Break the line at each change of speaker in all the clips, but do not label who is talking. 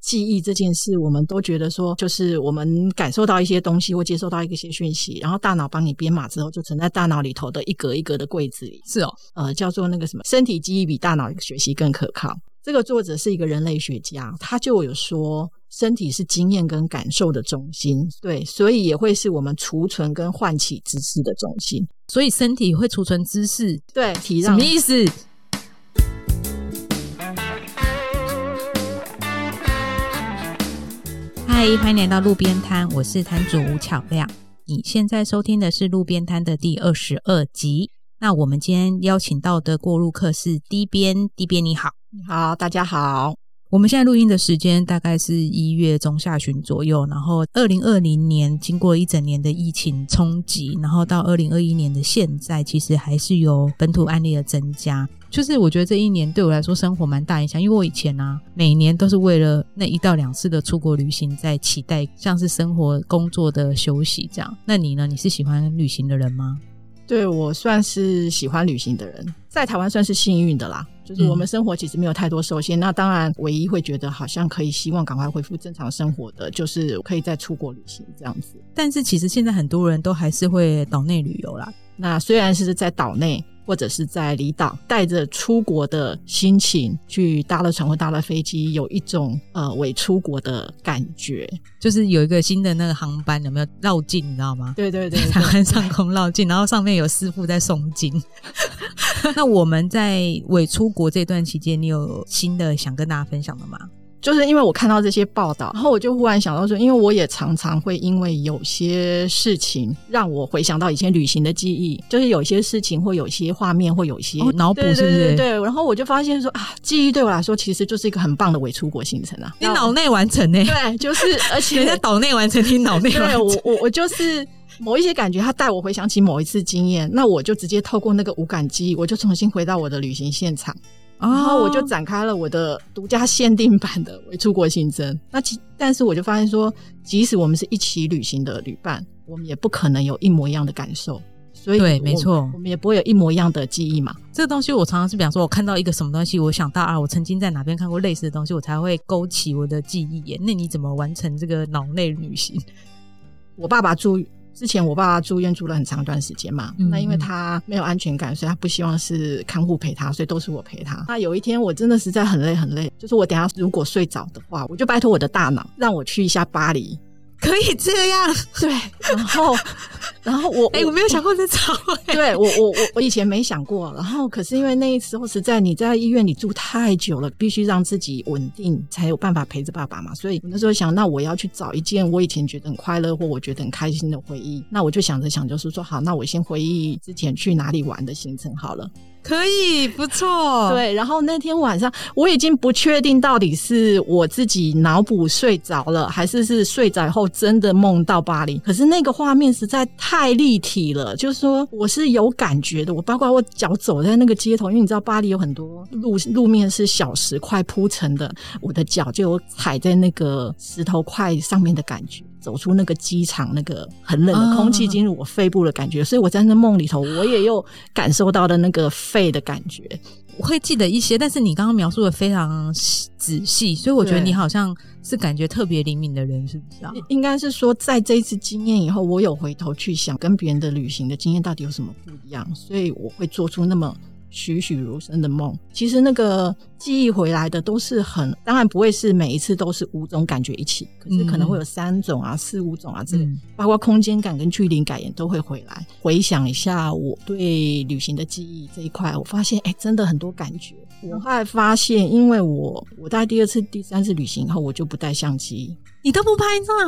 记忆这件事，我们都觉得说，就是我们感受到一些东西或接收到一些讯息，然后大脑帮你编码之后，就存在大脑里头的一格一格的柜子里。
是哦，
呃，叫做那个什么，身体记忆比大脑学习更可靠。这个作者是一个人类学家，他就有说，身体是经验跟感受的中心，对，所以也会是我们储存跟唤起知识的中心。
所以身体会储存知识，
对，提
什
让
么意思？嗨，欢迎来到路边摊，我是摊主吴巧亮。你现在收听的是路边摊的第二十二集。那我们今天邀请到的过路客是 D 边，D 边你好。
好，大家好，
我们现在录音的时间大概是一月中下旬左右，然后二零二零年经过一整年的疫情冲击，然后到二零二一年的现在，其实还是有本土案例的增加。就是我觉得这一年对我来说生活蛮大影响，因为我以前啊，每年都是为了那一到两次的出国旅行在期待，像是生活、工作的休息这样。那你呢？你是喜欢旅行的人吗？
对我算是喜欢旅行的人，在台湾算是幸运的啦。就是我们生活其实没有太多受限，那当然唯一会觉得好像可以希望赶快恢复正常生活的，就是可以再出国旅行这样子。
但是其实现在很多人都还是会岛内旅游啦，
那虽然是在岛内或者是在离岛，带着出国的心情去搭了船或搭了飞机，有一种呃伪出国的感觉。
就是有一个新的那个航班，有没有绕境？你知道吗？
对对 对
台湾上空绕境，然后上面有师傅在诵经。 那我们在伪出国这段期间，你有新的想跟大家分享的吗？
就是因为我看到这些报道，然后我就忽然想到说，因为我也常常会因为有些事情让我回想到以前旅行的记忆，就是有些事情或有些画面或有些
哦脑补
对
是不是
对对对，然后我就发现说啊，记忆对我来说其实就是一个很棒的伪出国行程啊。
你脑内完成呢、
对，就是而 且
人家岛内完成，你脑内
对
完成
我。我我就是某一些感觉，他带我回想起某一次经验，那我就直接透过那个无感记忆，我就重新回到我的旅行现场。
然
然后我就展开了我的独家限定版的伪出国行程。 那其但是我就发现说，即使我们是一起旅行的旅伴，我们也不可能有一模一样的感受。所以
对
我
没错
我们也不会有一模一样的记忆嘛。
这个东西，我常常是比方说，我看到一个什么东西，我想到啊，我曾经在哪边看过类似的东西，我才会勾起我的记忆耶。那你怎么完成这个脑内旅行？
我爸爸住之前，我爸爸住院住了很长一段时间嘛。
嗯
那因为
嗯
他没有安全感，所以他不希望是看护陪他，所以都是我陪他。那有一天我真的实在很累很累，就是我等一下如果睡着的话，我就拜托我的大脑让我去一下巴黎。
可以这样？
对，然后 然后我
哎、我没有想过这招、哎
对我我我我以前没想过，然后可是因为那一时候实在你在医院里住太久了，必须让自己稳定才有办法陪着爸爸嘛，所以我那时候想，那我要去找一件我以前觉得很快乐或我觉得很开心的回忆，那我就想着想就是说，好，那我先回忆之前去哪里玩的行程好了。
可以，不错。
对，然后那天晚上我已经不确定到底是我自己脑补睡着了，还是是睡着以后真的梦到巴黎。可是那个画面实在太立体了，就是说我是有感觉的。我包括我脚走在那个街头，因为你知道巴黎有很多路路面是小石块铺成的，我的脚就有踩在那个石头块上面的感觉。走出那个机场，那个很冷的空气
嗯
进入我肺部的感觉，所以我在那梦里头，我也有感受到的那个肺的感觉。
我会记得一些，但是你刚刚描述的非常细仔细，所以我觉得
对
你好像是感觉特别灵敏的人，是不是啊？
应应该是说，在这一次经验以后，我有回头去想，跟别人的旅行的经验到底有什么不一样，所以我会做出那么栩栩如生的梦。其实那个记忆回来的都是很，当然不会是每一次都是五种感觉一起，可是可能会有三种啊、四五种啊之类的，
嗯
包括空间感跟距离感也都会回来。回想一下我对旅行的记忆这一块，我发现哎、真的很多感觉。我后来发现，因为我我在第二次、第三次旅行以后，我就不带相机，
你都不拍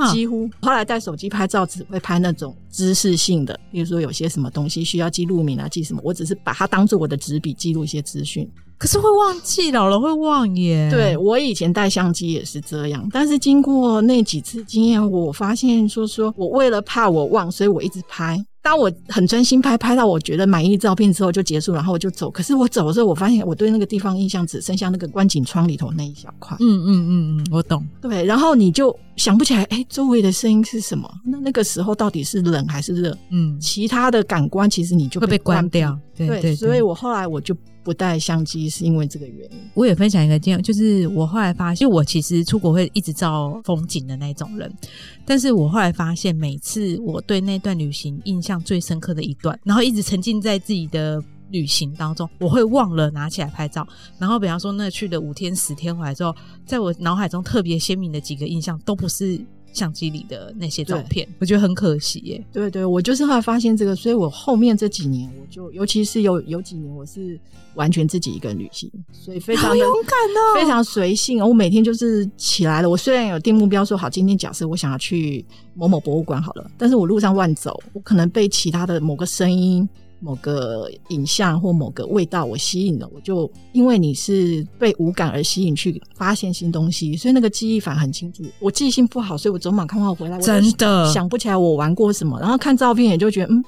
照，
几乎后来带手机拍照只会拍那种知识性的，比如说有些什么东西需要记录名啊，记什么，我只是把它当做我的纸笔记录一些资讯。
可是会忘记，老了会忘耶。
对，我以前带相机也是这样，但是经过那几次经验，我发现说说我为了怕我忘，所以我一直拍。当我很专心拍，拍到我觉得满意照片之后就结束，然后我就走。可是我走的时候，我发现我对那个地方印象只剩下那个观景窗里头那一小块。
嗯嗯嗯嗯，我懂。
对，然后你就想不起来，哎，周围的声音是什么？那那个时候到底是冷还是热？
嗯，
其他的感官其实你就
会被
关
关。掉。对
对
对，
所以我后来我就不带相机，是因为这个原因。
我也分享一个经验，就是我后来发现，我其实出国会一直照风景的那种人，但是我后来发现，每次我对那段旅行印象最深刻的一段，然后一直沉浸在自己的。旅行当中，我会忘了拿起来拍照。然后，比方说，那去了五天、十天回来之后，在我脑海中特别鲜明的几个印象，都不是相机里的那些照片，我觉得很可惜耶。
对对，我就是后来发现这个，所以我后面这几年，我就尤其是有有几年，我是完全自己一个人旅行，所以非常
好
的
勇敢哦！
非常随性。我每天就是起来了，我虽然有定目标说好，今天假设我想要去某某博物馆好了，但是我路上乱走，我可能被其他的某个声音。某个影像或某个味道我吸引了，我就因为你是被五感而吸引去发现新东西，所以那个记忆反而很清楚。我记性不好，所以我走马看花回来，哎我
真的
想不起来我玩过什么，然后看照片也就觉得嗯，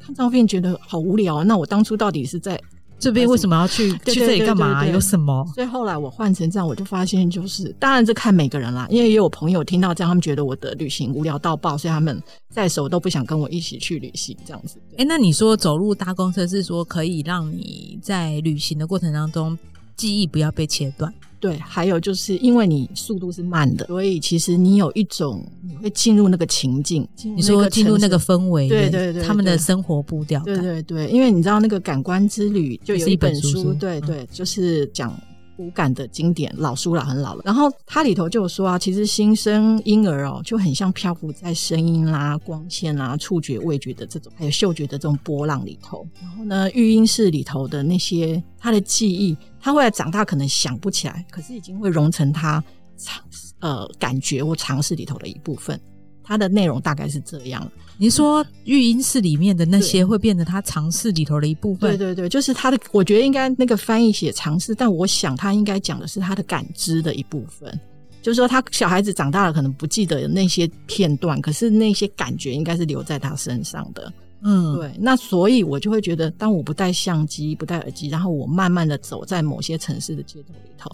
看照片觉得好无聊，啊那我当初到底是在
这边为什么要去
对对
去这里干嘛、
对对对
有什么？
所以后来我换成这样，我就发现就是，当然这看每个人啦，因为也有朋友听到这样，他们觉得我的旅行无聊到爆，所以他们在手都不想跟我一起去旅行这样子。
哎、那你说走入搭公车是说可以让你在旅行的过程当中记忆不要被切断？
对，还有就是因为你速度是慢的，所以其实你有一种你会进入那个情境，
你说进入那个
城市。
氛围，
对对对对
他们的生活步调
对
感，
对对，因为你知道那个感官之旅就有
是一
本
本书是吗嗯
对对，就是讲五感的经典老书了，很老了。然后它里头就有说啊，其实新生婴儿哦，就很像漂浮在声音啦、光线啦、触觉、味觉的这种，还有嗅觉的这种波浪里头。然后呢，育婴室里头的那些他的记忆，他未来长大可能想不起来，可是已经会融成他尝呃感觉或尝试里头的一部分。它的内容大概是这样。
你说育婴室里面的那些会变成他尝试里头的一部分，
对对对，就是他的，我觉得应该那个翻译写尝试，但我想他应该讲的是他的感知的一部分，就是说他小孩子长大了可能不记得那些片段，可是那些感觉应该是留在他身上的。
嗯，
对，那所以我就会觉得，当我不带相机、不戴耳机，然后我慢慢的走在某些城市的街头里头，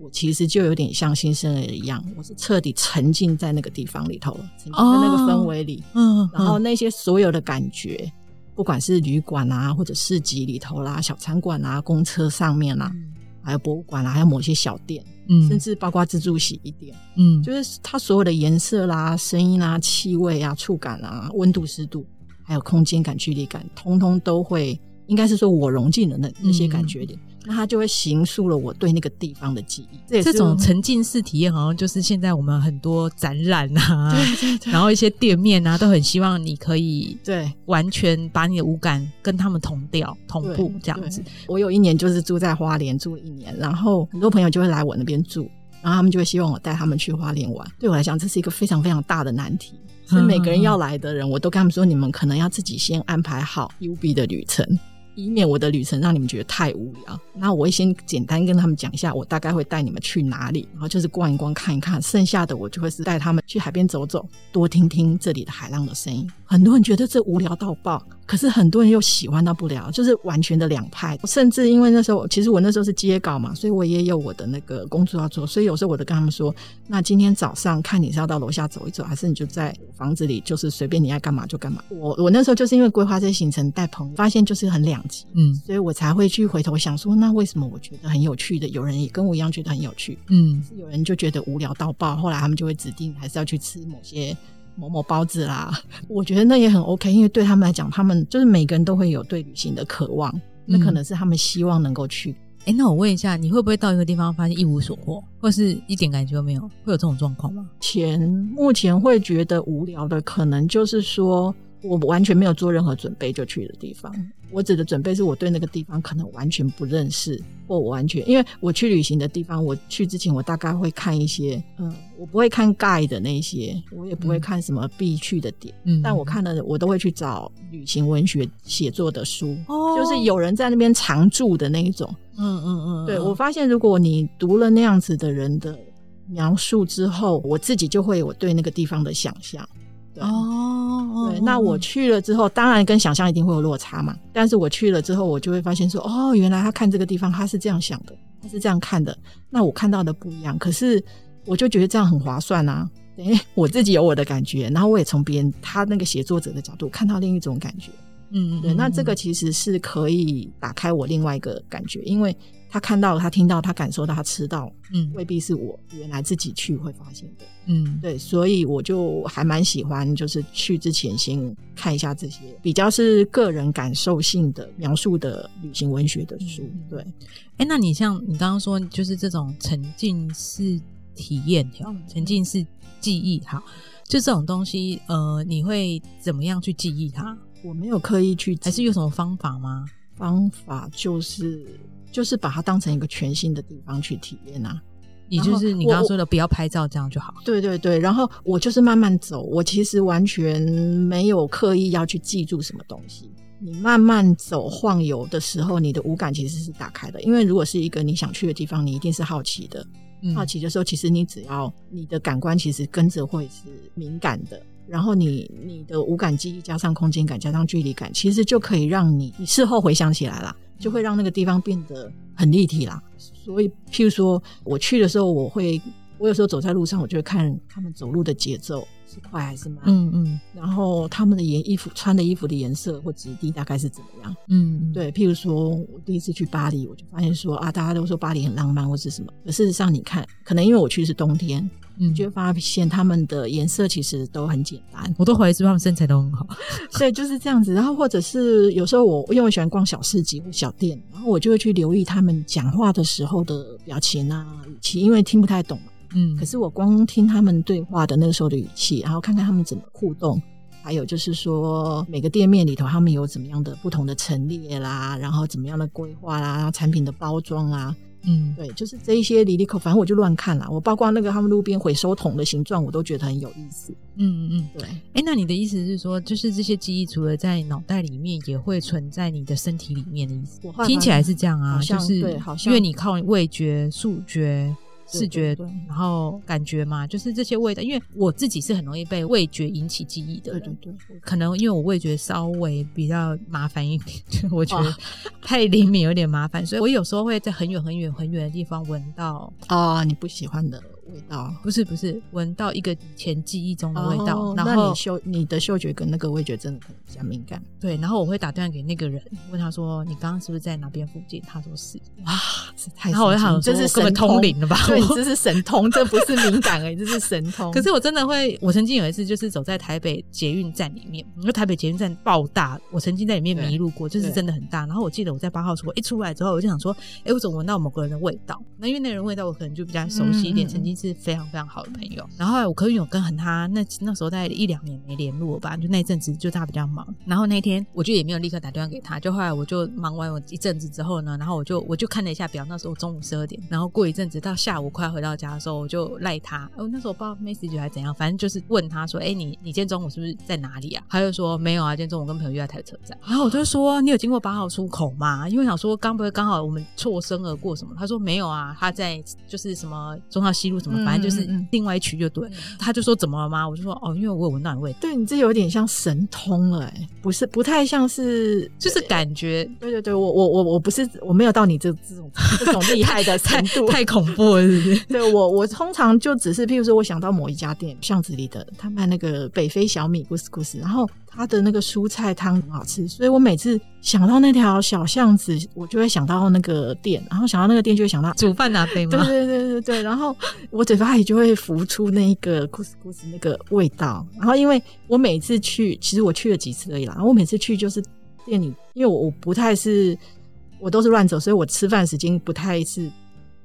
我其实就有点像新生儿一样，我是彻底沉浸在那个地方里头了，沉浸在那个氛围里。
嗯，
然后
嗯
那些所有的感觉，不管是旅馆啊，或者市集里头啦、小餐馆啊、公车上面啦、还有博物馆啦、啊还有某些小店，甚
嗯
至包括自助洗衣店，
嗯，
就是它所有的颜色啦、声音啦、气味啊、触感啊、温度、湿度，还有空间感、距离感，通通都会，应该是说我融进了那那些感
嗯
觉里，那它就会形塑了我对那个地方的记忆。这也是
这种
我
沉浸式体验好像就是现在我们很多展览啊，
对对对
然后一些店面啊，都很希望你可以
对。
完全把你的五感跟他们同调、同
对
步这样子。
我有一年就是住在花莲住了一年，然后很多朋友就会来我那边住，然后他们就会希望我带他们去花莲玩。对我来讲，这是一个非常非常大的难题。所以每个人要来的人，我都跟他们说，你们可能要自己先安排好 UB 的旅程，以免我的旅程让你们觉得太无聊。那我会先简单跟他们讲一下，我大概会带你们去哪里，然后就是逛一逛、看一看，剩下的我就会是带他们去海边走走，多听听这里的海浪的声音。很多人觉得这无聊到爆，可是很多人又喜欢到不了，就是完全的两派。甚至因为那时候，其实我那时候是接稿嘛，所以我也有我的那个工作要做，所以有时候我都跟他们说，那今天早上看你是要到楼下走一走，还是你就在房子里，就是随便你爱干嘛就干嘛。我我那时候就是因为规划这些行程带朋友，发现就是很两极，
嗯
所以我才会去回头想说，那为什么我觉得很有趣的，有人也跟我一样觉得很有趣，
嗯
有人就觉得无聊到爆，后来他们就会指定还是要去吃某些某某包子啦。 我觉得那也很 OK，因为对他们来讲，他们就是每个人都会有对旅行的渴望，那可能是他们希望能够去。
哎、那我问一下，你会不会到一个地方发现一无所获，或是一点感觉都没有？会有这种状况吗？
前目前会觉得无聊的，可能就是说我完全没有做任何准备就去的地方。我指的准备是我对那个地方可能完全不认识，或我完全因为我去旅行的地方，我去之前我大概会看一些，嗯，我不会看 guide 的那些，我也不会看什么必去的点，
嗯，
但我看了我都会去找旅行文学写作的书，
哦
就是，有人在那边常住的那一种。
嗯嗯嗯，
对
嗯
我发现，如果你读了那样子的人的描述之后，我自己就会有对那个地方的想象。对，
哦，
对，
哦
那我
哦
去了之后，当然跟想象一定会有落差嘛。但是我去了之后，我就会发现说，哦，原来他看这个地方他是这样想的，他是这样看的。那我看到的不一样，可是我就觉得这样很划算啊。等于我自己有我的感觉，然后我也从别人他那个写作者的角度看到另一种感觉。
嗯，
对，
嗯
那
嗯
这个其实是可以打开我另外一个感觉，因为他看到、他听到、他感受到、他吃到，
嗯
未必是我原来自己去会发现的。
嗯
对，所以我就还蛮喜欢，就是去之前先看一下这些比较是个人感受性的描述的旅行文学的书
嗯。
对，
哎、那你像你刚刚说，就是这种沉浸式体验，好
嗯
沉浸式记忆，好，就这种东西，呃，你会怎么样去记忆它？
我没有刻意去记，
还是有什么方法吗？
方法就是就是把它当成一个全新的地方去体验啊。
也就是你刚
然
刚
后
说的，不要拍照，这样就好。
对对对，然后我就是慢慢走，我其实完全没有刻意要去记住什么东西。你慢慢走晃游的时候，你的五感其实是打开的，因为如果是一个你想去的地方，你一定是好奇的。
嗯
好奇的时候，其实你只要你的感官其实跟着会是敏感的，然后你你的五感记忆加上空间感加上距离感，其实就可以让你你事后回想起来啦，
嗯
就会让那个地方变得很立体啦。所以，譬如说我去的时候，我会我有时候走在路上，我就会看他们走路的节奏是快还是慢，
嗯嗯
然后他们的颜衣服穿的衣服的颜色或质地大概是怎么样。
嗯，，
对，譬如说，我第一次去巴黎，我就发现说啊，大家都说巴黎很浪漫或是什么，可事实上你看，可能因为我去是冬天，
嗯
你就会发现他们的颜色其实都很简单，
我都怀疑是不是他们身材都很好。
所以就是这样子。然后或者是有时候我因为我喜欢逛小市集或小店，然后我就会去留意他们讲话的时候的表情啊、语气，因为听不太懂嘛。
嗯，
可是我光听他们对话的那个时候的语气，然后看看他们怎么互动，还有就是说每个店面里头他们有怎么样的不同的陈列啦，然后怎么样的规划啦，产品的包装啊，
嗯
对，就是这一些里里口，反正我就乱看啦。我包括那个他们路边回收桶的形状，我都觉得很有意思。
嗯嗯嗯，
对，
哎、那你的意思是说，就是这些记忆除了在脑袋里面，也会存在你的身体里面的意思
我后？来
听
发
起来
现
是这样啊，
好
就
像
是
对好
因为
像
你靠味觉、触觉。
对
视觉
对对，
然后感觉嘛，就是这些味道。因为我自己是很容易被味觉引起记忆的
对
人，
对对，
可能因为我味觉稍微比较麻烦一点，就我觉得
哦
太灵敏有点麻烦，所以我有时候会在很远很远很远的地方闻到，
啊、你不喜欢的味道。
不是不是，闻到一个以前记忆中的哦味道，
哦
然
那
后
你嗅你的嗅觉跟那个味觉真的可能比较敏感。
对，然后我会打电话给那个人，问他说：“你刚刚是不是在哪边附近？”他说是，
哇，这太
然后我就想
这
说
是哎
我根本
神
通灵了吧
对，你
我
这是神 通，这不是敏感而已，这是神通。
可是我真的会，我曾经有一次就是走在台北捷运站里面，因为台北捷运站爆大，我曾经在里面迷路过，就是真的很大。然后我记得我在八号出口一出来之后，我就想说，哎，我怎么闻到某个人的味道？那因为那个人味道我可能就比较熟悉一
嗯
点，
嗯嗯
曾经是非常非常好的朋友。然后后来我可能有跟很他那那时候大概一两年没联络吧，就那一阵子就他比较忙。然后那天我就也没有立刻打电话给他，就后来我就忙完我一阵子之后呢，然后我就我就看了一下表，那时候中午十二点，然后过一阵子到下午快要回到家的时候，我就赖他，我、那时候不知道 message 还是怎样，反正就是问他说，哎、你你今天中午是不是在哪里啊？他就说没有啊，今天中午跟朋友约在台北车站。然后我就说你有经过八号出口吗？因为我想说刚不会刚好我们错身而过什么？他说没有啊，他在就是什么中校西路什么，反正就是
嗯嗯嗯嗯
另外一区就对了。他就说怎么了吗？我就说哦，因为我有闻到你味道，
对你这有点像神通了、哎，不是不太像是，
就是感觉
对对对，我我我我不是我没有到你这这 种这种厉害的
太
程度。
太恐怖了，是不 是？
对我我通常就只是，譬如说我想到某一家店巷子里的，他卖那个北非小米故事故事，然后他的那个蔬菜汤很好吃，所以我每次想到那条小巷子，我就会想到那个店，然后想到那个店就会想到
煮饭拿 杯
对
吗？
对对对对，然后我嘴巴里就会浮出那个 couscous 那个味道。然后因为我每次去，其实我去了几次而已啦。然后我每次去就是店里，因为我我不太是，我都是乱走，所以我吃饭时间不太是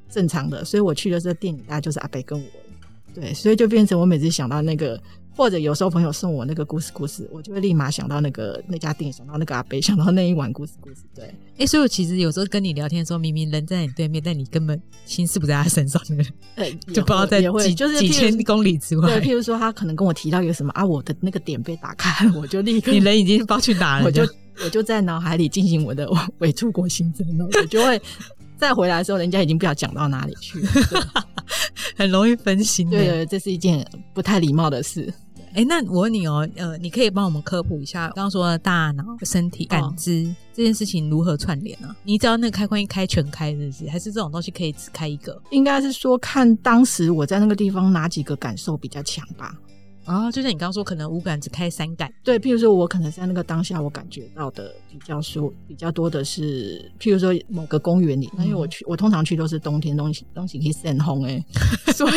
正常的，所以我去的时候店里大概就是阿北跟我而已，对，所以就变成我每次想到那个。或者有时候朋友送我那个故事故事，我就会立马想到那个那家店，想到那个阿北，想到那一碗故事故事。对，
哎、所以我其实有时候跟你聊天的时候，明明人在你对面，但你根本心思不在他身上，对不对
呃，
就不知道在
也会
几
就是
几
譬如
千公里之外
对，，譬如说他可能跟我提到一个什么啊，我的那个点被打 开了，我就立刻
你人已经不知道去哪了，
我就
这样
我就在脑海里进行我的 伪出国行程了，我 就会再回来的时候，人家已经不晓得讲到哪里去了。
很容易分心 的。
对对，这是一件不太礼貌的事。
哎、那我问你哦，呃，你可以帮我们科普一下，刚刚说的大脑、身
哦
体、感知、这件事情如何串联呢、啊？你只要那个开关一开，全开是不是？还是这种东西可以只开一个？
应该是说看当时我在那个地方哪几个感受比较强吧。
啊、就像你刚刚说，可能五感只开三感，
对，譬如说，我可能在那个当下，我感觉到的比较舒比较多的是，譬如说某个公园里，那因为我
嗯
去，我通常去都是冬天，东西东西可以散红哎，所以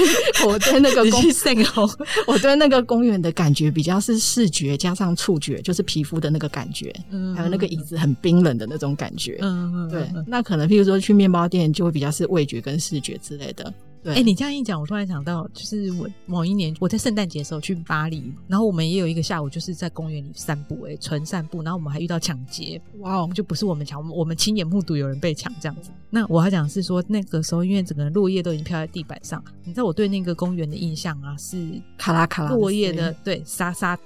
我对那个
你
公，
去圣 红，
我对那个公园的感觉比较是视觉加上触觉，就是皮肤的那个感觉，
嗯
还有那个椅，子很冰冷的那种感觉。
嗯嗯，嗯
对
嗯，
那可能譬如说去面包店，就会比较是味觉跟视觉之类的。
哎、你这样一讲，我突然想到，就是我某一年我在圣诞节的时候去巴黎，然后我们也有一个下午就是在公园里散步、哎，纯散步，然后我们还遇到抢劫，
哇哦，
就不是我们抢，我们我们亲眼目睹有人被抢这样子。那我还讲是说，那个时候因为整个落叶都已经飘在地板上，你知道我对那个公园的印象啊，是
卡拉卡拉
落叶
声
的
音，
对沙沙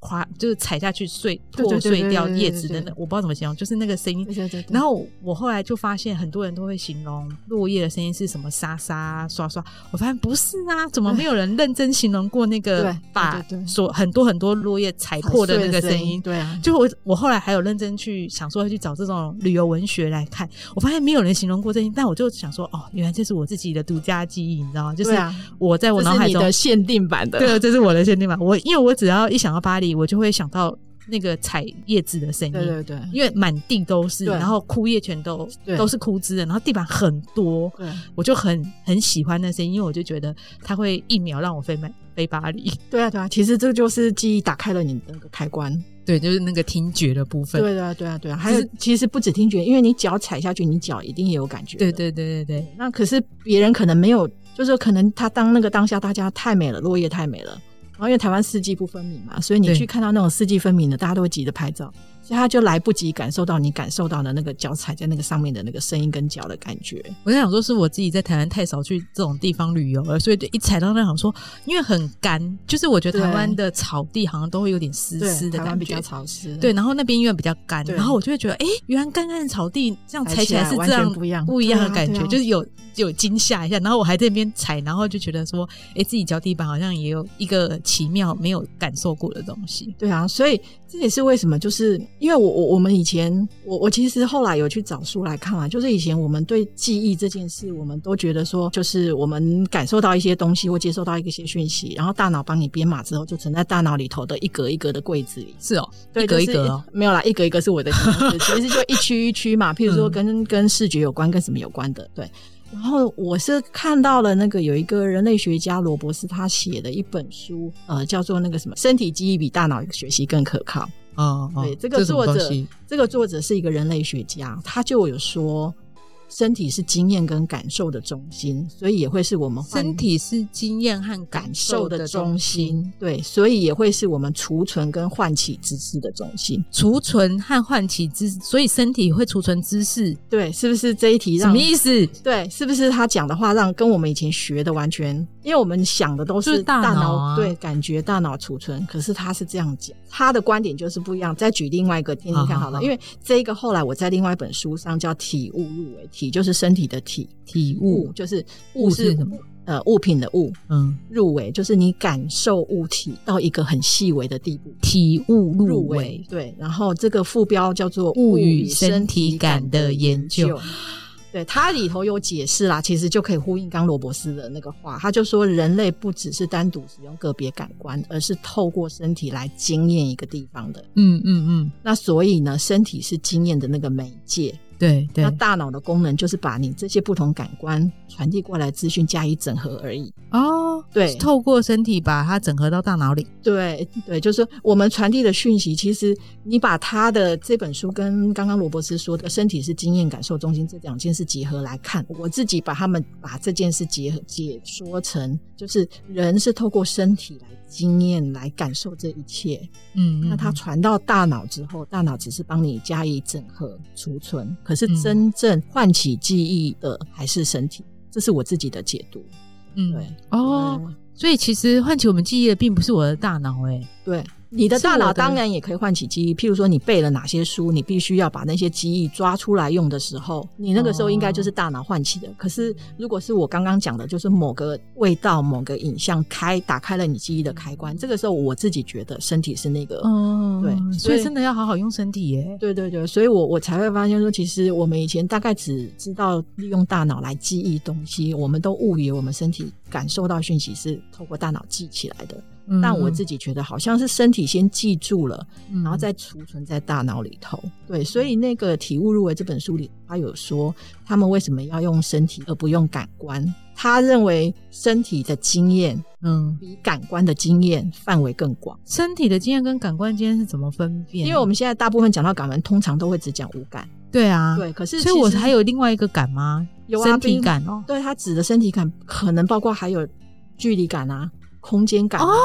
垮，就是踩下去碎
对对
破
对对
碎掉
对对
叶
对
子
对
的那，我不知道怎么形容，就是那个声音
对对对对
然后我后来就发现，很多人都会形容落叶的声音是什么沙沙刷刷，我发现不是啊，怎么没有人认真形容过那
对
个
对
把
对对
所很多很多落叶踩破的那个
碎
声音？
对啊，
就我我后来还有认真去想说去找这种旅游文学来看，我发现没有人形容过这些，但我就想说哦，原来这是我自己的独家记忆，你知道吗？就是
对啊
我在我
这
脑
是
海
你
中
的限定版的，
对，这是我的限定版。我因为我只要一想到巴黎，我就会想到那个踩叶子的声音。
对对对
因为满地都是，
对
然后枯叶全都
对
都是枯枝的，然后地板很多，
对
我就很很喜欢那声音，因为我就觉得它会一秒让我飞满飞巴黎。
对啊对啊，其实这就是记忆打开了你的那个开关，
对，就是那个听觉的部分。
对对啊对啊对啊，还
就
有
是
其实不止听觉，因为你脚踩下去，你脚一定也有感觉，
对。对对对对
那可是别人可能没有，就是可能他当那个当下大家太美了，落叶太美了，然后因为台湾四季不分明嘛，所以你
对
去看到那种四季分明的，大家都会急着拍照，所以他就来不及感受到你感受到的那个脚踩在那个上面的那个声音跟脚的感觉。
我在想说，是我自己在台湾太少去这种地方旅游了，所以就一踩到那想说，因为很干，就是我觉得台湾的草地好像都会有点湿湿
对，
的
台湾
感
比较
觉。
潮湿，
对，然后那边因为比较干，
对
然后我就会觉得，哎，原来干干的草地这样踩起来是这
踩起来完
样
全不一样
不一样的感
对
觉，
啊对啊
就是有有惊吓一下。然后我还在那边踩，然后就觉得说，哎，自己脚底板好像也有一个奇妙没有感受过的东西。
对啊，所以这也是为什么，就是因为我我我们以前，我我其实后来有去找书来看啊，就是以前我们对记忆这件事，我们都觉得说，就是我们感受到一些东西或接收到一些讯息，然后大脑帮你编码之后，就存在大脑里头的一格一格的柜子里。
是哦，
对，
一格一
就
格
是
哦，嗯
没有啦，一格一格是我的形 容词，其实就一区一区嘛。譬如说跟、跟视觉有关，跟什么有关的，对。然后我是看到了那个有一个人类学家罗伯斯他写的一本书，呃，叫做那个什么“身体记忆比大脑学习更可靠”。
哦哦
对，这个
什么
作者
东西，
这个作者是一个人类学家，他就有说，身体是经验跟感受的中心，所以也会是我们换
身体是经验和感
感
受
受
的
的
中
中
心。
心，对，所以也会是我们储存跟唤起知识的中心。
储存和唤起知，所以身体会储存知识，
对，是不是这一题
什
让
么意思？
对，是不是他讲的话让跟我们以前学的完全？因为我们想的都
就是是大
脑，
脑啊
对，感觉大脑储存。可是他是这样讲，他的观点就是不一样。再举另外一个听听看
好好
好了，
好
因为这个后来我在另外一本书上叫《体物入为体》，就是身体的体，
体
物
悟，
就是
物
物
是
是
什么
呃物品的物，
嗯，
入微就是你感受物体到一个很细微的地步。
体悟入
入
微
微。对，然后这个副标叫做《
物与
与
身体感的研究》。
对，它里头有解释啦，其实就可以呼应刚罗伯斯的那个话，他就说人类不只是单独使用个别感官，而是透过身体来经验一个地方的。
嗯嗯
那所以呢，身体是经验的那个媒介，
嗯，对对
那大脑的功能就是把你这些不同感官传递过来的资讯加以整合而已。
哦，
对
透过身体把它整合到大脑里。
对对，就是说我们传递的讯息，其实你把他的这本书跟刚刚罗伯斯说的“身体是经验感受中心”这两件事结合来看，我自己把他们把这件事结合解说成，就是人是透过身体来经验来感受这一切，
嗯，
那它
嗯
传到大脑之后，大脑只是帮你加以整合储存，可是
嗯
真正唤起记忆的还是身体，这是我自己的解读。
嗯
对
哦，
嗯
所以其实唤起我们记忆的并不是我的大脑、欸，
对，你的
是
大
我
脑
的
当然也可以唤起记忆。譬如说，你背了哪些书，你必须要把那些记忆抓出来用的时候，你那个时候应该就是大脑唤起的。可是，如果是我刚刚讲的，就是某个味道、某个影像开打开了你记忆的开关，这个时候我自己觉得身体是那个。
嗯，
对
所
所
以
以
真的要好好用身体、欸，
对对对，所以我我才会发现说，其实我们以前大概只知道利用大脑来记忆东西，我们都误以为我们身体感受到讯息是透过大脑记起来的。
嗯
但我自己觉得好像是身体先记住了，
嗯
然后再储存在大脑里头。对，所以那个《体悟入微》这本书里，他有说他们为什么要用身体而不用感官。他认为身体的经验
嗯，
比感官的经验范围更广，
身体的经验跟感官经验是怎么分辨？
因为我们现在大部分讲到感官，通常都会只讲五感。
对啊，，
对，可是
所以我还
还
有另外一个感吗？
有啊
身体
冰
感哦。
对他指的身体感，可能包括还有距离感啊、空间感、啊、
哦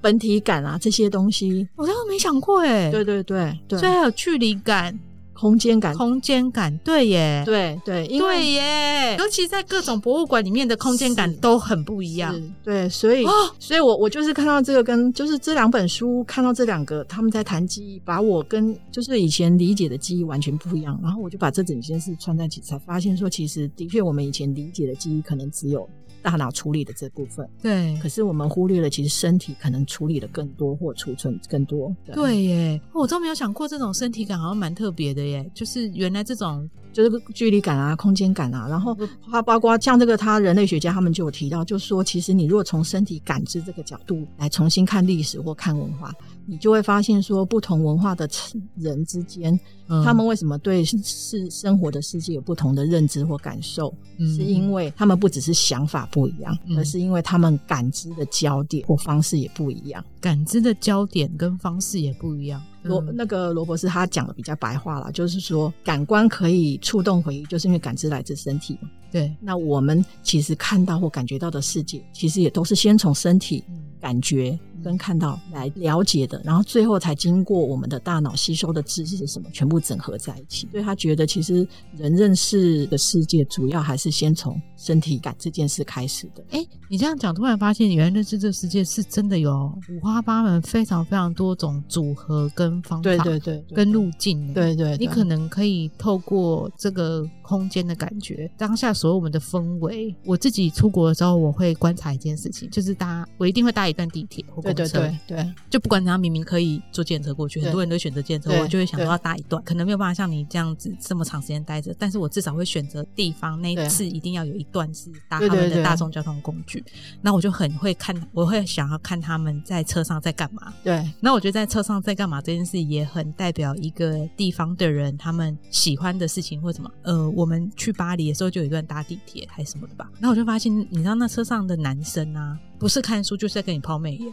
本体感啊这些东西。
我倒没想过哎，
对对对对，
所以还有距离感、
空间感，
空间感，对耶，
对对，因
对
为
耶，尤其在各种博物馆里面的空间感
是
都很不一样。
是对，所以、
哦
所以我我就是看到这个跟就是这两本书，看到这两个他们在谈记忆，把我跟就是以前理解的记忆完全不一样，然后我就把这整件事串在一起，才发现说，其实的确我们以前理解的记忆可能只有大脑处理的这部分，
对
可是我们忽略了其实身体可能处理的更多或储存更多。
对耶，哦我都没有想过这种身体感好像蛮特别的耶，就是原来这种
就是距离感啊、空间感啊，然后它包括像这个，他人类学家他们就有提到，就说其实你如果从身体感知这个角度来重新看历史或看文化，你就会发现说，不同文化的人之间，
嗯
他们为什么对世生活的世界有不同的认知或感受，是因为他们不只是想法不一样，
嗯
而是因为他们感知的焦点或方式也不一样。
嗯感知的焦点跟方式也不一样。
罗
嗯
那个罗博士他讲的比较白话啦，就是说感官可以触动回忆，就是因为感知来自身体嘛。
对，
那我们其实看到或感觉到的世界，其实也都是先从身体
嗯
感觉跟看到来了解的，然后最后才经过我们的大脑吸收的知识是什么，全部整合在一起。所以他觉得，其实人认识的世界主要还是先从身体感这件事开始的。
哎、你这样讲，突然发现原来认识这个世界是真的有五花八门、非常非常多种组合跟方法、
对对对，对
跟路径耶。
对对，对
你可能可以透过这个空间的感觉，当下所有我们的氛围。我自己出国的时候，我会观察一件事情，就是搭我一定会搭一段地铁或公
对
车，
对对对
就不管怎样，明明可以坐电车过去，
对
很多人都选择电车，
对
我就会想说要搭一段，可能没有办法像你这样子这么长时间待着，但是我至少会选择地方那一
对啊
次一定要有一段是搭他
对对
们的
对
大众交通工具，那我就很会看，我会想要看他们在车上在干嘛。
对
那我觉得在车上在干嘛这件事也很代表一个地方的人他们喜欢的事情或什么。呃，我们去巴黎的时候就有一段搭地铁还是什么的吧，然后我就发现，你知道那车上的男生啊，不是看书就是在跟你抛媚眼。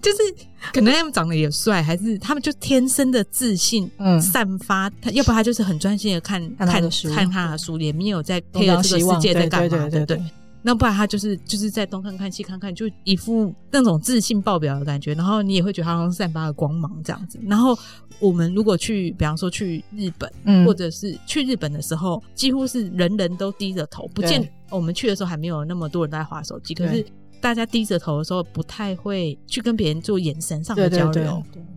就是可能他们长得也帅，还是他们就天生的自信，
嗯
散发。他要不然他就是很专心的看
看他的书
看他的书，也没有在
东
配合
张
这
西
个世
望
界在
对
干嘛，
对对对
对
对。
那不然他就是就是在东看看西看看，就一副那种自信爆表的感觉，然后你也会觉得他好像散发了光芒这样子。然后我们如果去，比方说去日本，
嗯
或者是去日本的时候，几乎是人人都低着头，不见
对
我们去的时候还没有那么多人在划手机，可
对
是大家低着头的时候，不太会去跟别人做眼神上的
对对
交流。
对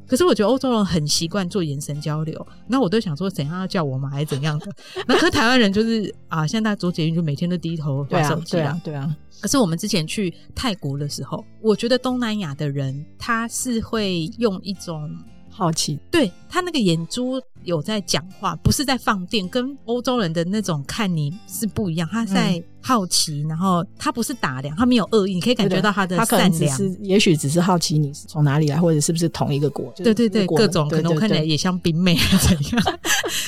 可是我觉得欧洲人很习惯做眼神交流，那我都想说怎样要叫我嘛，还是怎样的？ 那可是台湾人就是啊，现在做捷运就每天都低头
对
划手
啊
机
对
啊
啊对啊，
可是我们之前去泰国的时候，我觉得东南亚的人他是会用一种
好奇
对他那个眼珠有在讲话，不是在放电，跟欧洲人的那种看你是不一样。他
嗯
在好奇，然后他不是打量，他没有恶意，你可以感觉到他的
他可
善
能只
良。
是，也许只是好奇你是从哪里来，或者是不是同一个国，
对对
就是
对，
国
各种可
对
能我
对
看起来
对
也像冰妹啊 怎样，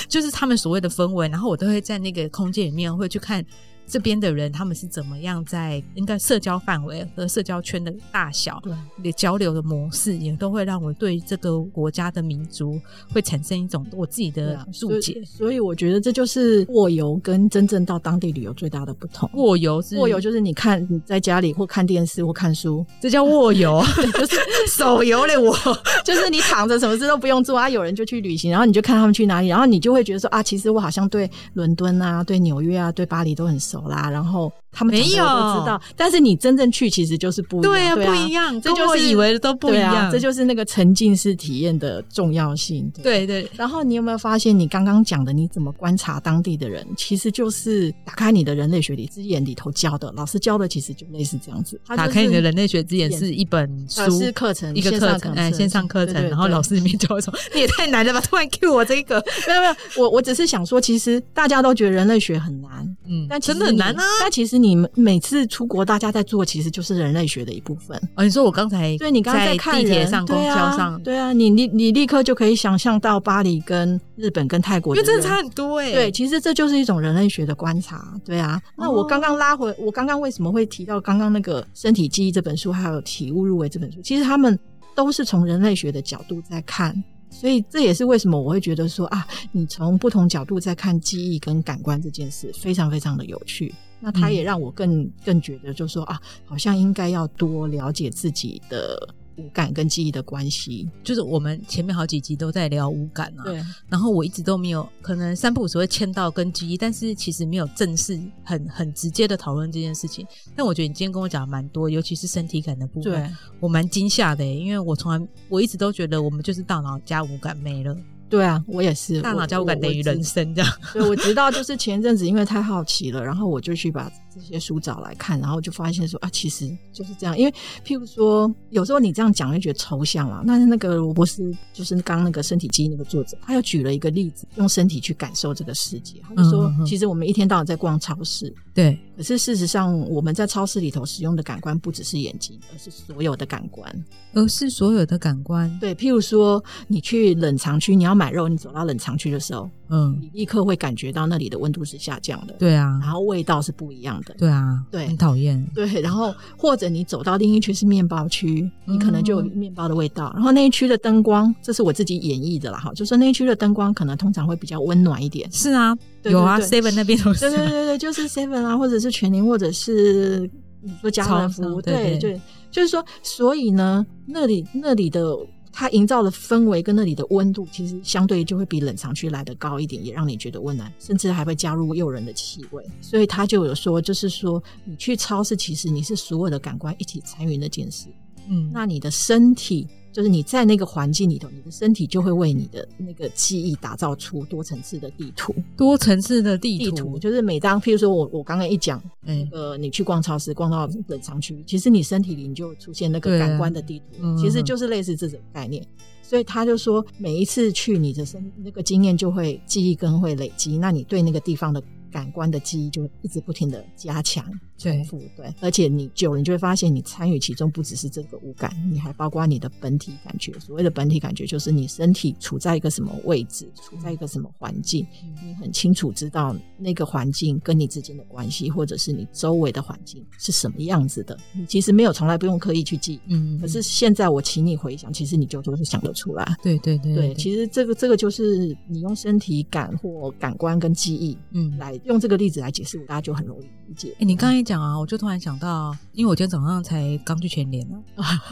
就是他们所谓的氛围，然后我都会在那个空间里面会去看这边的人他们是怎么样在应该社交范围和社交圈的大小
对
的交流的模式，也都会让我对这个国家的民族会产生一种我自己
对
的
啊
注
所
解
以。所以我觉得这就是过游跟真正到当地旅游最大的不同。
卧游是
过游就是你看你在家里或看电视或看书，
这叫卧游， 就是手游嘞。我
就是你躺着什么事都不用做啊，有人就去旅行，然后你就看他们去哪里，然后你就会觉得说啊，其实我好像对伦敦啊、对纽约啊、对巴黎都很熟啦，然后他们讲
没
的我
有
都知道，但是你真正去其实就是不一样，
对啊，
对啊，
不一样，
这
跟
就是
我以为的都不一
对啊
样。
这就是那个沉浸式体验的重要性。对
对对
然后你有没有发现，你刚刚讲的你怎么观察当地的人，其实就是打开你的人类学里之眼里头教的，老师教的其实就类似这样子。他就是
打开你的人类学之眼
眼
是一本书
呃，是课程，
一个
线上
课程，哎，
程
线上课
对
程，
对
然后
对
老师里面教我说， 你也太难了吧，突然 cue 我这个，
没有没有，我我只是想说，其实大家都觉得人类学很难，
嗯，
但其实
真的很
你
难啊。
但其实你们每次出国，大家在做其实就是人类学的一部分。
哦，你说我刚才
对你刚刚
在
看
地铁
人
上、公
对
交
啊
上，
对啊，你你你立刻就可以想象到巴黎跟日本跟泰国
因
的
为
人，
真的差很多哎、
对，，其实这就是一种人类学的观察，对啊。那我
哦
刚刚拉回，我刚刚为什么会提到刚刚那个《身体记忆》这本书，还有《体悟入围》这本书？其实他们都是从人类学的角度在看，所以这也是为什么我会觉得说啊，你从不同角度在看记忆跟感官这件事，非常非常的有趣。那它
嗯
也让我更更觉得，就是说啊，好像应该要多了解自己的五感跟记忆的关系。
就是我们前面好几集都在聊五感啊，
对，
然后我一直都没有，可能三不五时会签到跟记忆，但是其实没有正式很很直接的讨论这件事情。但我觉得你今天跟我讲得蛮多，尤其是身体感的部分，
对，
我蛮惊吓的耶、欸因为我从来我一直都觉得我们就是大脑加五感没了，
对啊，我也是，
大脑
我
加五感
我
等
我
于
知
人生这样。
所以我直到就是前阵子，因为太好奇了，然后我就去把这些书找来看，然后就发现说啊，其实就是这样。因为譬如说，有时候你这样讲就觉得抽象了。那那个罗伯斯就是刚刚那个身体记忆那个作者，他又举了一个例子，用身体去感受这个世界。他就说，
嗯嗯嗯
其实我们一天到晚在逛超市，
对，
可是事实上，我们在超市里头使用的感官不只是眼睛，而是所有的感官。
而是所有的感官，
对，譬如说，你去冷藏区，你要买肉，你走到冷藏区的时候，
嗯，
你立刻会感觉到那里的温度是下降的。
对啊，
然后味道是不一样的。
对啊，
对
很讨厌，
对，然后或者你走到另一区是面包区，你可能就有
嗯
面包的味道。然后那一区的灯光，这是我自己演绎的啦，哈，就是那一区的灯光可能通常会比较温暖一点。
是啊，
对
有啊
对
，Seven 那边都 是
对
啊，
对对对，就是 Seven 啊，或者是全年，或者是你说家乐
超
福，
商对
对
对
对，就是说，所以呢，那里那里的。它营造的氛围跟那里的温度，其实相对就会比冷藏区来的高一点，也让你觉得温暖，甚至还会加入诱人的气味。所以他就有说，就是说你去超市，其实你是所有的感官一起参与那件事。
嗯，
那你的身体，就是你在那个环境里头，你的身体就会为你的那个记忆打造出多层次的地图。
多层次的地
地
图
图，就是每当，譬如说我我刚刚一讲，
哎，
呃，你去逛超市，逛到冷藏区，其实你身体里你就出现那
对
个
啊
感官的地图，
嗯
其实就是类似这种概念。所以他就说，每一次去你的身那个经验就会记忆跟会累积，那你对那个地方的感官的记忆就会一直不停的加强
对
重。复，对。而且你久了，你就会发现你参与其中不只是这个五感，你还包括你的本体感觉。所谓的本体感觉，就是你身体处在一个什么位置，处在一个什么环境，
嗯
你很清楚知道那个环境跟你之间的关系，或者是你周围的环境是什么样子的。你其实没有从来不用刻意去记，
嗯，
可是现在我请你回想，其实你就都是想得出来。
对对对
对，其实这个这个就是你用身体感或感官跟记忆
嗯，哎、
来用这个例子来解释，大家就很容易理解。
你刚才讲啊，我就突然想到，因为我今天早上才刚去全联 嘛，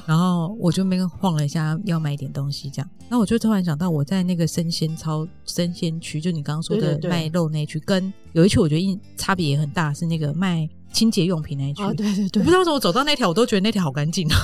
然后我就那边晃了一下，要买一点东西这样，然后我就突然想到，我在那个生鲜超生鲜区，就你刚刚说
对
的
对对
卖肉那一区，跟有一区我觉得印差别也很大，是那个卖清洁用品那一区。
啊，对对
我
对
不知，道为什么我走到那条，我都觉得那条好干净，哦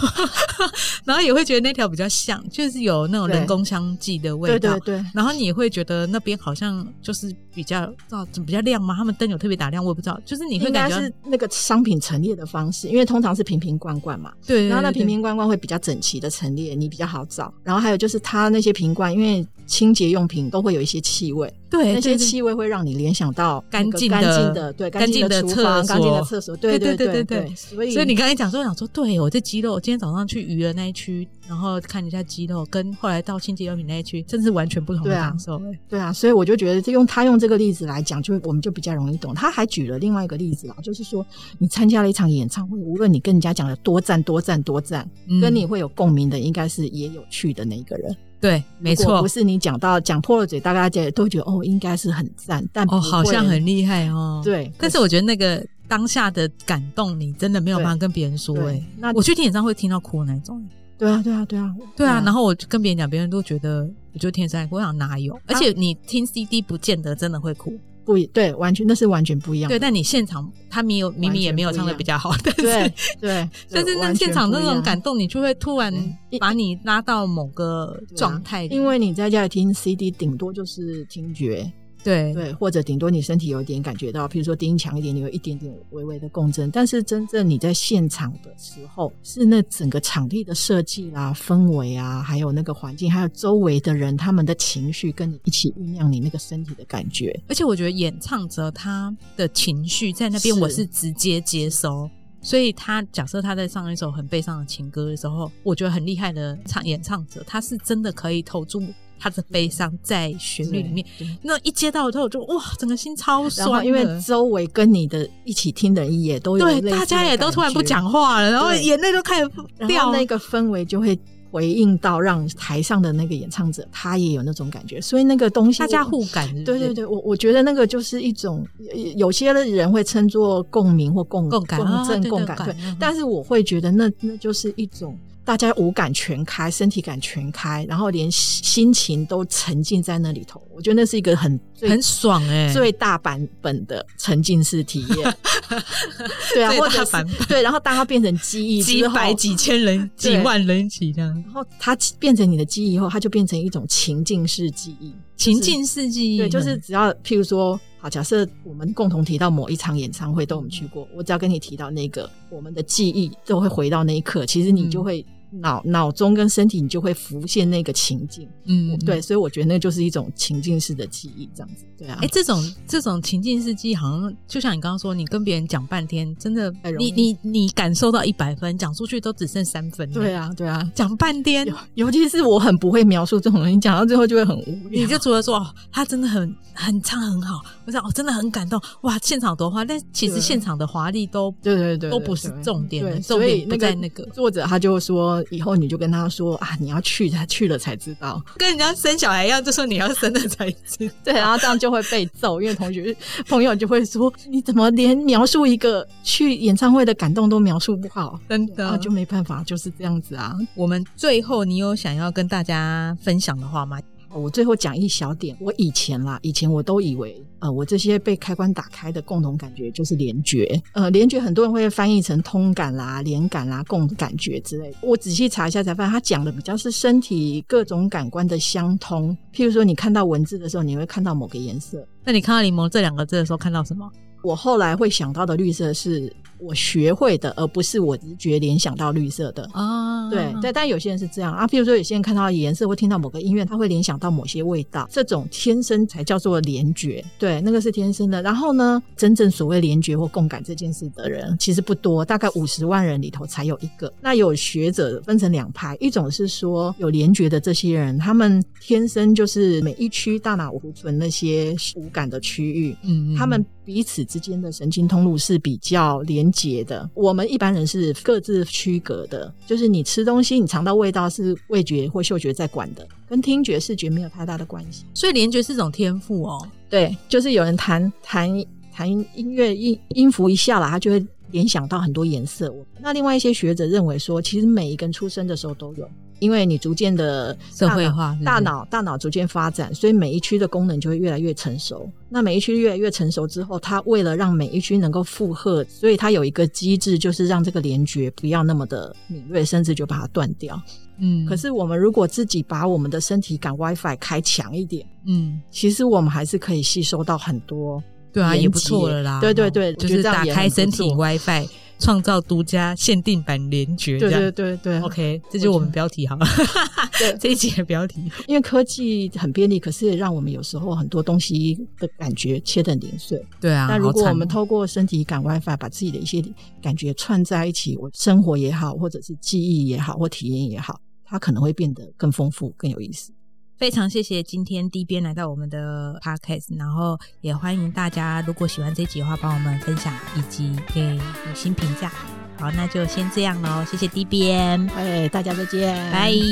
然后也会觉得那条比较像，就是有那种人
对
工香剂的味
对
道
对。对。
然后你也会觉得那边好像就是比较照比较亮吗？他们灯有特别打亮，我也不知道。就是你会
应
感
该
觉到
是那个商品陈列的方式，因为通常是瓶瓶罐罐嘛，
对对，
然后那
对
瓶瓶罐罐会比较整齐的陈列，你比较好找。然后还有就是它那些瓶罐，因为清洁用品都会有一些气味，
哎对
那些
对对
气味会让你联想到那个
干净的
干净的对
干净
的
的
厨房、
厕所
干净的厕所，对
对对
对
对对
对
对
所以
所以你刚才讲说，我想说，对我这鸡肉，我今天早上去鱼的那一区，然后看了一下鸡肉，跟后来到清洁用品那一区，真是完全不同的
对啊
感受。哎
对啊，所以我就觉得这用他用这个例子来讲，就我们就比较容易懂。他还举了另外一个例子啦，就是说你参加了一场演唱会，无论你跟人家讲的多赞多赞多赞，
嗯
跟你会有共鸣的，应该是也有趣的那一个人。
对，没
如果
错
不，是你讲到讲破了嘴，大家也都觉得哦，应该是很赞，但
哦，
不
好
会
像很厉害哦。，
对，
但是我觉得那个当下的感动，你真的没有办法跟别人说。
对
哎，
那
我去听演唱会听到哭的那种。
对啊，对啊，对啊，
对啊，然
后
后我就跟别人讲，别人都觉得我就天生爱哭，我想哪
啊
有？而且你听 CD 不见得真的会哭，
不一对，完全那是完全不一样
对，
的，
但你现场他没有，明明也没有唱的比较好，但
对
是
对，
但是那现场那种感动，你就会突然
对
把你拉到某个
嗯对啊
状态里，
因为你在家里听 CD，顶多就是听觉，
对
对，或者顶多你身体有一点感觉到，譬如说盯墙一点，你有一点点微微的共振。但是真正你在现场的时候，是那整个场地的设计啦、氛围啊，还有那个环境，还有周围的人他们的情绪，跟你一起酝酿你那个身体的感觉。
而且我觉得演唱者他的情绪在那边
是
我是直接接收，所以他假设他在唱一首很悲伤的情歌的时候，我觉得很厉害的唱演唱者，他是真的可以投注他的悲伤在旋律里面。
对，
那一接到之后，我就哇，整个心
然
超
后
酸的，
因为周围跟你的一起听的人也都有
对
类似的
大家也都突然不
感觉
讲话了，然后
对
眼泪都开始
然
掉
后
了
那。个氛围就会回应到让台上的那个演唱者他也有那种感觉，所以那个东西
大家。互感是不是，
对对对，我我觉得那个就是一种，呃有些人会称作共鸣或共
共感啊
共振、
对对
共感，
感
对
嗯。
但是我会觉得那那就是一种大家五感全开、身体感全开，然后连心心情都沉浸在那里头。我觉得那是一个很最
很爽哎、
最大版本的沉浸式体 验。对啊，
最
或
大
者
版
是对，然后当它变成记忆
几
之后，
百、几千人、
对
几万人一起这样，
然后它变成你的记忆以后，它就变成一种情境式记忆。
情境世纪，
对，就是只要譬如说，好，假设我们共同提到某一场演唱会都我们去过，我只要跟你提到那个，我们的记忆都会回到那一刻，其实你就会。脑脑中跟身体，你就会浮现那个情境，
嗯，
对，所以我觉得那就是一种情境式的记忆，这样子，对啊。
哎、这种这种情境世纪，好像就像你刚刚说，你跟别人讲半天，真的
很，容
你
易
你你感受到一百分，讲出去都只剩三分。
对，啊，对啊，
讲半天，
尤其是我很不会描述这种东西，讲到最后就会很无聊。
你就除了说哦，他真的很很唱很好，我想哦，真的很感动，哇，现场多花，但其实
对
现场的华丽都
对对对，
都不是
对
重点了
对，
重
所以
点不在那个，
作者他就说，以后你就跟他说啊，你要去，他去了才知道。
跟人家生小孩一样，就说你要生了才知道。
对，然后这样就会被揍，因为同学朋友就会说，你怎么连描述一个去演唱会的感动都描述不好？
真
然
的，
啊后就没办法，就是这样子啊。
我们最后你有想要跟大家分享的话吗？
哦我最后讲一小点，我以前啦，以前我都以为，呃，我这些被开关打开的共同感觉就是联觉，呃，联觉很多人会翻译成通感啦、联感啦、共感觉之类的。我仔细查一下才发现，他讲的比较是身体各种感官的相通。譬如说，你看到文字的时候，你会看到某个颜色。
那你看到“柠檬”这两个字的时候，看到什么？
我后来会想到的绿色是我学会的，而不是我直觉联想到绿色的。
啊，
对对，但有些人是这样啊，譬如说有些人看到颜色或听到某个音乐，他会联想到某些味道，这种天生才叫做联觉，对，那个是天生的。然后呢，真正所谓联觉或共感这件事的人其实不多，大概五十万人里头才有一个。那有学者分成两派，一种是说有联觉的这些人，他们天生就是每一区大脑储存那些五感的区域，
嗯，嗯
他们彼此之间的神经通路是比较连结的。我们一般人是各自区隔的，就是你吃东西，你尝到味道是味觉或嗅觉在管的，跟听觉、视觉没有太大的关系。
所以联觉是一种天赋哦。
对，就是有人弹弹弹音乐音音符一下啦，他就会联想到很多颜色。那另外一些学者认为说，其实每一个人出生的时候都有，因为你逐渐的
社会化是不是
大脑大脑逐渐发展，所以每一区的功能就会越来越成熟。那每一区越来越成熟之后，它为了让每一区能够负荷，所以它有一个机制，就是让这个联觉不要那么的敏锐，甚至就把它断掉。
嗯，
可是我们如果自己把我们的身体感 WiFi 开强一点，
嗯，
其实我们还是可以吸收到很多
对啊，
连
也不
接
错了啦。
对对对
哦
我
就
觉得
是
这样
打
也
开
很不
身体
错
WiFi，创造独家限定版联觉这
对
样。
对对对
OK，这就是我们标题好了，
对
这一集的标题。
因为科技很便利，可是也让我们有时候很多东西的感觉切得很零碎。
对啊，
那如果
好惨
我们
哦
透过身体感 WiFi 把自己的一些感觉串在一起，我生活也好，或者是记忆也好，或体验也好，它可能会变得更丰富、更有意思。
非常谢谢今天 D 边来到我们的 podcast，然后也欢迎大家如果喜欢这集的话，帮我们分享以及给五星评价。好，那就先这样喽，谢谢 D 边，
哎，大家再见，
拜。